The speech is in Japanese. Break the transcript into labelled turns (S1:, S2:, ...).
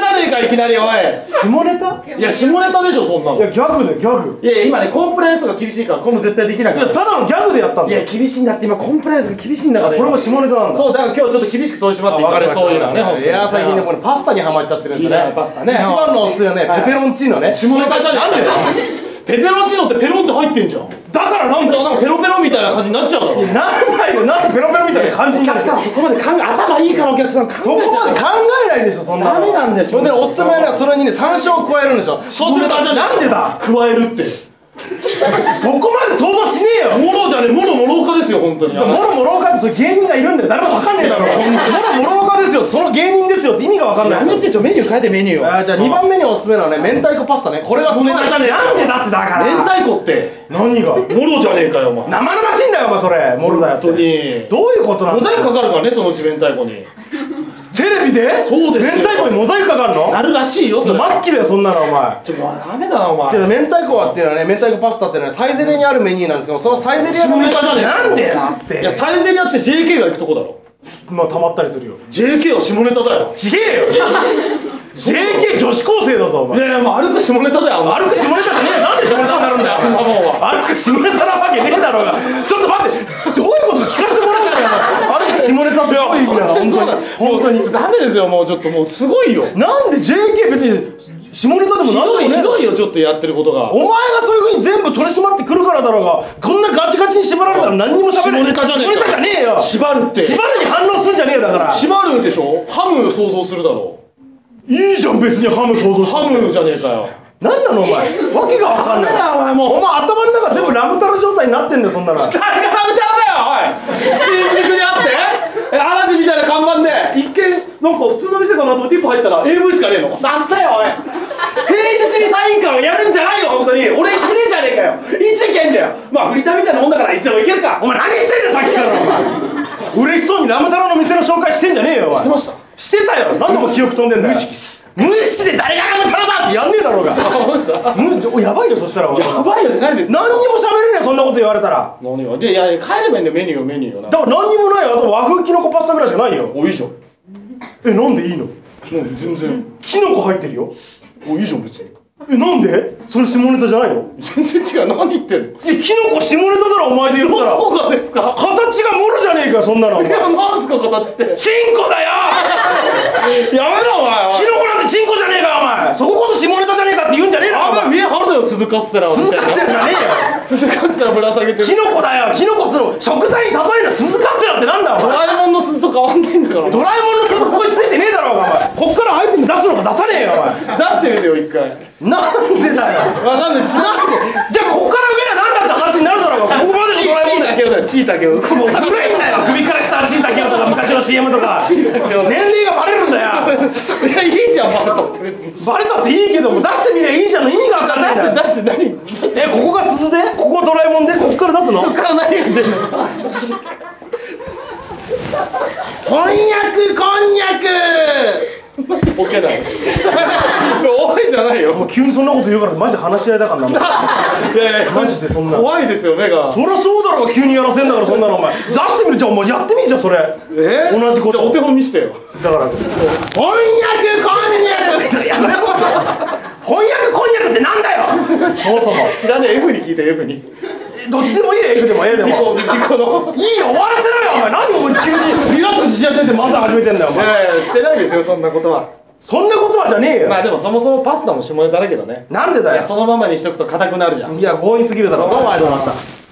S1: 下
S2: なりおい
S1: ネタ
S2: いや下ネタでしょそんないの
S1: やギャグだよギャグ
S2: いや今ねコンプライアンスが厳しいからこれも絶対できないか
S1: や
S2: ら
S1: ただのギャグでやったん
S2: い
S1: だ
S2: や
S1: よ
S2: 厳しいんだって今コンプライアンスが厳しいんだから
S1: これも下ネタなんだ
S2: そうだから今日ちょっと厳しく取り締まってい
S1: あわかりました
S2: そういうのはね
S1: わかりまし
S2: 本当に
S1: た
S2: いや最近ねこれパスタにハマっちゃってるんですよ
S1: いいじゃな
S2: ね
S1: いパスタね
S2: 一番のおすすめはね
S1: はい
S2: ペペロンチーノね
S1: 下ネタじゃねえなんで
S2: ペペロンチーノってペロンって入ってんじゃんだ
S1: だからなんだよ
S2: からなんかペロペロみたいな感じになっちゃうだろ
S1: なんないよなんでペロペロみたいな感じになる
S2: お客さんそこまで考え頭いいからお客さん考え
S1: そこまで考えないでしょそんなの
S2: ダメなんでしょ
S1: それでおすすめはねそれにね山椒を加えるんでしょそうするとなんでだ
S2: 加えるって
S1: そこまで想像しねえよ
S2: もろじゃねえもろもろかですよ本当に
S1: もろもろおかってそういう芸人がいるんだよ誰もわかんねえ だろこんなもろもろおかですよその芸人ですよって意味がわかんな
S2: や
S1: い
S2: めてちょメニュー変えてメニューを
S1: あーじゃあ2番目におすすめなのはね明太子パスタねこれはすごい
S2: そんなね
S1: なんでだってだから
S2: 明太子って
S1: 何が
S2: もろじゃねえかよお前
S1: 生々しいんだよお前それモルダやって
S2: 本当に
S1: どういうことなん
S2: モ
S1: だ
S2: ザイ
S1: よ
S2: クかかるからねそのうち明太子に
S1: テレビで
S2: そうです
S1: 明
S2: よ
S1: 太子にモザイクかかるの
S2: なるらしいよそれ
S1: 末期だよそんなのお前
S2: ちょもうダメだなお前
S1: じゃあ明太子はっていうのはね明太子パスタっていうのはサイゼリヤにあるメニューなんですけどそのサイゼリヤの
S2: 下
S1: メ
S2: ネ
S1: ニュ
S2: タじゃ
S1: ー
S2: ねえか
S1: なんでだって
S2: いやサイゼリヤって JK が行くとこだろ
S1: まあたまったりするよ
S2: JK は下ネタだよ
S1: ちげ えよ JK 女子高生だぞお
S2: い
S1: 前
S2: やいやもう歩く下ネタだよ
S1: 歩く下ネタじゃねえよなんで下ネタになるんだよ
S2: そんなもんは
S1: 歩く下ネタなわけねえだろうがちょっと待ってどういうことか聞かせてもらえないかな歩く下ネタってどういう意味だろ
S2: 本当
S1: 本当
S2: に
S1: に本当に
S2: ダメですよもうちょっともうすごいよ
S1: なんで JK 別に下ネタでも
S2: ひ
S1: なん
S2: ど
S1: でも
S2: い
S1: ねえ
S2: ひどいよちょっとやってることが
S1: お前がそういうふうに全部取り締まってくるからだろうがこんなガチガチに縛られたら何にも喋れない
S2: 下ネタじゃねえ
S1: 下ネタじゃねえよ
S2: 縛るって
S1: 縛るに反応すんじゃねえよだから
S2: 縛るでしょハム想像するだろ
S1: いいじゃん別にハム想像して
S2: ハムじゃねえかよ
S1: 何なのお前わけがわかんない
S2: ダメだお前もう
S1: お前頭の中全部ラムタル状態になってんだよそんなの
S2: 誰がハムだよおい新宿にあってえアラジンみたいな看板で一見なんか普通の店かなと思って一歩入ったら AV しかねえのなんだよおい平日にサイン会をやるんじゃないよ本当に俺行けねえじゃねえかよいつ行けんだよまあフリーターみたいなもんだからいつでも行けるか
S1: お前何してんだよさっきからお前嬉しそうにラムタロの店の紹介してんじゃねえよお前
S2: してました
S1: してたよ何度も記憶飛んでんだよ無意識無意識で誰がラムタロだってやんねえだろうが
S2: どうした
S1: むやばいよそしたらお前
S2: やばいよじゃないんですよ
S1: 何にも喋れねえそんなこと言われたら
S2: 何がでいやいや帰ればいいんだよメニューをメニューをな
S1: だから何にもないよあと和風きのこパスタぐらいしかないよ
S2: おいいじゃんも
S1: えなんでいいの
S2: う全然
S1: きのこ入ってるよ
S2: おいいじゃん別に
S1: えなんでそれ下ネタじゃないの
S2: 全然違う何言ってんの
S1: えきのこ下ネタだろお前で言ったら
S2: どこがですか
S1: 形がもろじゃねえかよそん なのお
S2: い
S1: 前
S2: やなんすか形って
S1: チンコだよ
S2: やめろお
S1: キ
S2: 前
S1: ノコなんてチンコじゃねえかよお前そここそ下ネタじゃねえかって言うんじゃねえだろお
S2: あ見
S1: 前
S2: え張るだよ鈴カステラを
S1: 鈴カステラじゃね
S2: 鈴カステラぶら下げて
S1: えよキ
S2: る
S1: ノコだよキノコっつうの食材に例える鈴カステラってなんだお
S2: ド
S1: 前
S2: ラえもんの鈴と変わんないんだから
S1: ドラえもんの鈴ここについてねえだろうがお前こっからアイテム出すのか出さねえよお前
S2: 出してみてよ一回
S1: なんでだよ
S2: わかんないち
S1: なんでじゃあここから上は何だって話になるだろうがここまでのドラえもんだよ
S2: だけだよチーだけどもう
S1: 古いんだよ首から下はチータケオ とか昔の CM とか
S2: チータケオ
S1: 年齢がバレるんだよ
S2: いやいいじゃんバルトって別に
S1: バレたっていいけども出してみりゃいいじゃんの意味が分かんないん
S2: 出
S1: だよ
S2: して出して何こ
S1: えここが鈴でここがドラえもんでここから出すの
S2: っから何が出るの
S1: こんにゃくこんにゃ
S2: ボケだよおいじゃないよ
S1: く急にそんなこと言うからマジで話し合いだ からな
S2: いやいや
S1: マジでそんな
S2: 怖いですよ目が
S1: そりゃそうだろうが急にやらせんだからそんなのお前出してみるじゃんお前やってみるじゃんそれ
S2: え
S1: 同じこと
S2: じゃあお手本見してよ
S1: だからこんにゃくこんにゃくやめろこんにゃくこんにゃくってなんだよそもそも
S2: 知らねえ F に聞いて F に
S1: どっちで もいいよ F でも A で
S2: 事故
S1: も
S2: 事故の
S1: いいよ終わらせろよお前何お前急にリラックスし始めて漫才始めてんだよお
S2: い
S1: 前
S2: やいやしてないですよそんなことは
S1: そんな言葉じゃねえよ
S2: まあでもそもそもパスタも下ネタだけどね
S1: なんで
S2: い
S1: だ
S2: や
S1: よ
S2: そのままにしとくと硬くなるじゃん
S1: いや強引すぎるだろ
S2: どうもありがとうございました